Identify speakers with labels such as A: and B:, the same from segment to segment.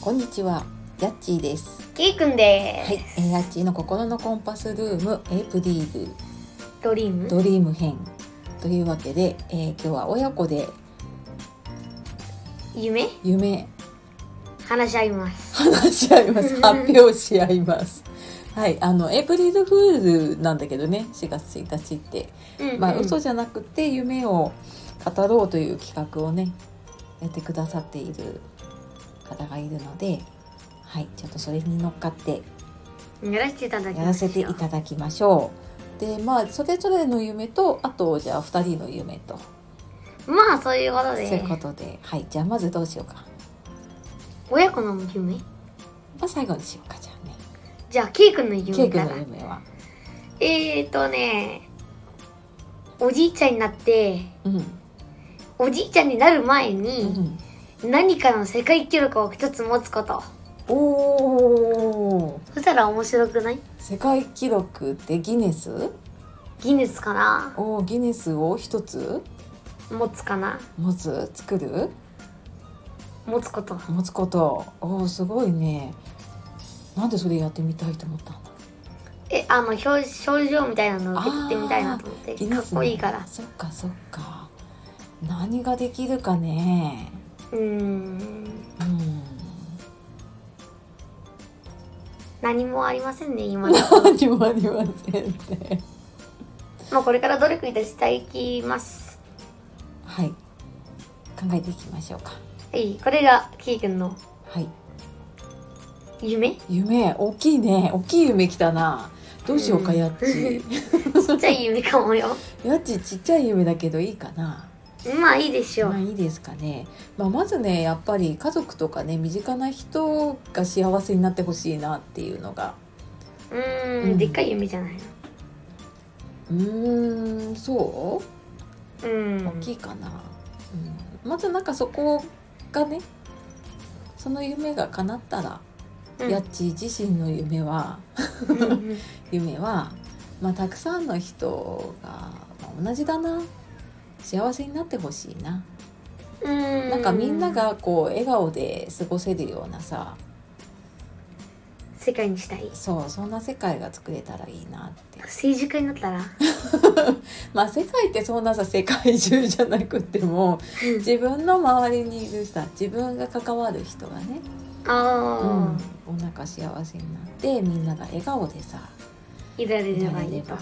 A: こんにちは、やっちーです。
B: キーくんで
A: はい、えー、やっちーの心のコンパスルームエイプリーグ
B: す。ドリーム。
A: ドリーム編というわけで、えー今日は親子で
B: 夢。
A: 夢
B: 話し合います。
A: 話し合い ます。発表し合います。はい、あのエイプリルフールなんだけどね、4月1日って、
B: うん
A: まあ嘘じゃなくて夢を語ろうという企画をね、やってくださっている方がいるので、はい、ちょっとそれに乗っかって
B: やらせていただき
A: や
B: ま
A: ら
B: す
A: せていただきましょう。でまあそれぞれの夢とあとじゃあ2人の夢と
B: まあ、そういうこと
A: そう
B: で。
A: いうことで、はい、じゃあまずどうしようか、
B: 親子の夢。
A: まあ、最後にしようかじゃあね
B: じゃあ、キーくんの
A: ケ
B: 夢
A: イ君
B: か
A: の
B: ら。
A: 夢は、
B: えーとね。おじいちゃんになって。
A: うんう
B: おじいちゃんになる前に。
A: ん、
B: 何かの世界記録を一つ持つこと。
A: おー
B: そしたら面白くない。
A: 世界記録ってギネス
B: ギネスかな。
A: おーギネスを一つ
B: 持つかな。
A: 持つ作る
B: 持つこと。
A: 持つことおーすごいねなんでそれやってみたいと思ったんだ
B: え、あの、表、症状みたいなのを受けてみたいなと思って。
A: ギ
B: か
A: ネ
B: っ
A: スね
B: こいいから。
A: そっかそっか何ができるかね
B: うーん。
A: うん
B: 何もありませんね、今の。
A: 何もありませんね
B: まあこれから努力いたしていきます。
A: はい考えていきましょうか
B: はい、これがキーくんの
A: はい
B: 夢。ち
A: 夢大きいね大きい夢きたなどうしようか
B: うん
A: やっち
B: っちゃい夢かもよ。
A: やっちちっちゃい夢だけどいいかな
B: まあいいでしょ
A: まあ
B: う。
A: いいですかね、まあ、まずねやっぱり家族とかね身近な人が幸せになってほしいなっていうのが
B: うー
A: うん
B: ん、でっかい夢じゃないの。
A: うーんそうう大
B: ん。
A: きいかな、うん、まずなんかそこがねその夢が叶ったら、
B: うん
A: やっち自身の夢は
B: うんうん
A: 夢は、まあ、たくさんの人が、まあ同じだな幸せになってほしいな、
B: うー
A: なんかみんながこう笑顔で過ごせるようなさ
B: 世界にしたい。
A: そうそんな世界が作れたらいいなって
B: 政治家になったら。
A: まあ世界ってそんなさ世界中じゃなくても自分の周りにいるさ自分が関わる人がね、うん、
B: ああ、
A: お腹幸せになってみんなが笑顔でさ
B: いられ
A: い
B: れ
A: ら
B: ば
A: れ
B: い
A: れ
B: いと
A: ば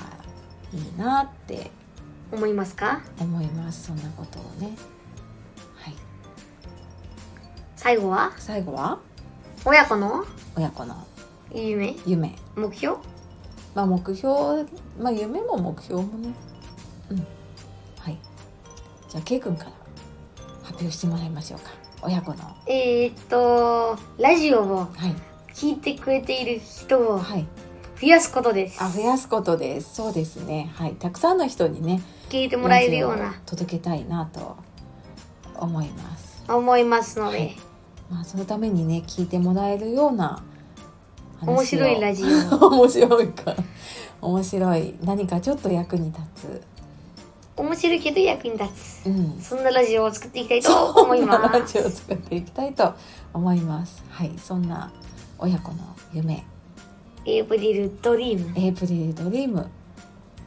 A: いいなって
B: 思いますか。
A: 思いますそんなことをねはい
B: 最後は
A: 最後は
B: 親子の
A: 親子の
B: 夢
A: 夢
B: 目標。
A: まあ目標まあ夢も目標もねうんはいじゃあ K 君から発表してもらいましょうか親子のは
B: えー、っとラジオを
A: い
B: 聞いてくれている人を
A: はい
B: 増やすことです。
A: あ増やすことですそうですねはいたくさんの人にね
B: 聞いてもらえるよう
A: ラジ
B: な
A: オを届けたいなと思います
B: 思いますので。
A: はいまあそのためにね聞いてもらえるような話を
B: 面白いラ ジ
A: 面白いか面白い何かちょっと役に立つ
B: オ面白いけど役に立
A: うん
B: つそんなラジオを作っていきたいと思い
A: そんな
B: ま
A: ラジ
B: す
A: オを作っていきたいと思います。はい、そんな親子の夢、
B: エイプリルドリーム
A: エイプリルドリーム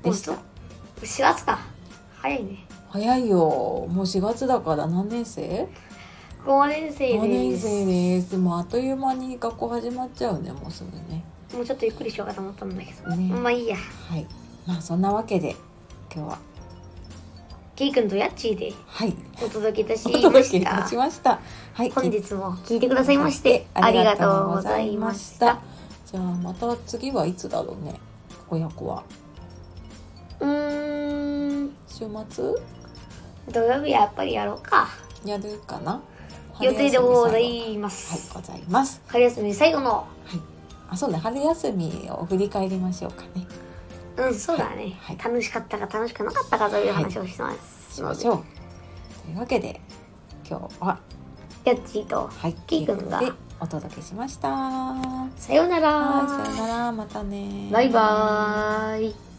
A: でした。
B: 4月か早いね
A: 早いよ、もう4月だから何年生
B: 5年生
A: ?5 年
B: です
A: 生です。もうあっという間に学校始まっちゃうね、もうすぐね。
B: もうちょっとゆっくりしようかと思ったんだけど、
A: ね
B: まあいいや
A: はい、まあそんなわけで今日は、
B: ケイ君とヤッチーで
A: はい、
B: お届けいたし
A: お
B: ました
A: 届けいたしました。はい、
B: 本日も聞いてくださいまし
A: 聞い
B: てありがとうございました。
A: じゃあまた次はいつだろうね、親子は。
B: うーん
A: 週末
B: 土曜日はやっぱりやろうか
A: やるかな
B: 予定でござ
A: ま
B: います
A: はい
B: す、
A: ございます
B: 春休み最後の
A: あそうね春休みを振り返りましょうかね
B: うんそうだね、
A: はい
B: 楽しかったか楽しくなかったかという話をしてます
A: し
B: の
A: ま
B: で、
A: しょうというわけで今日は
B: やっちーと
A: はい
B: キーくんが
A: ということでお届けしましたは
B: さようなら
A: いさよならまたね
B: バイバーイ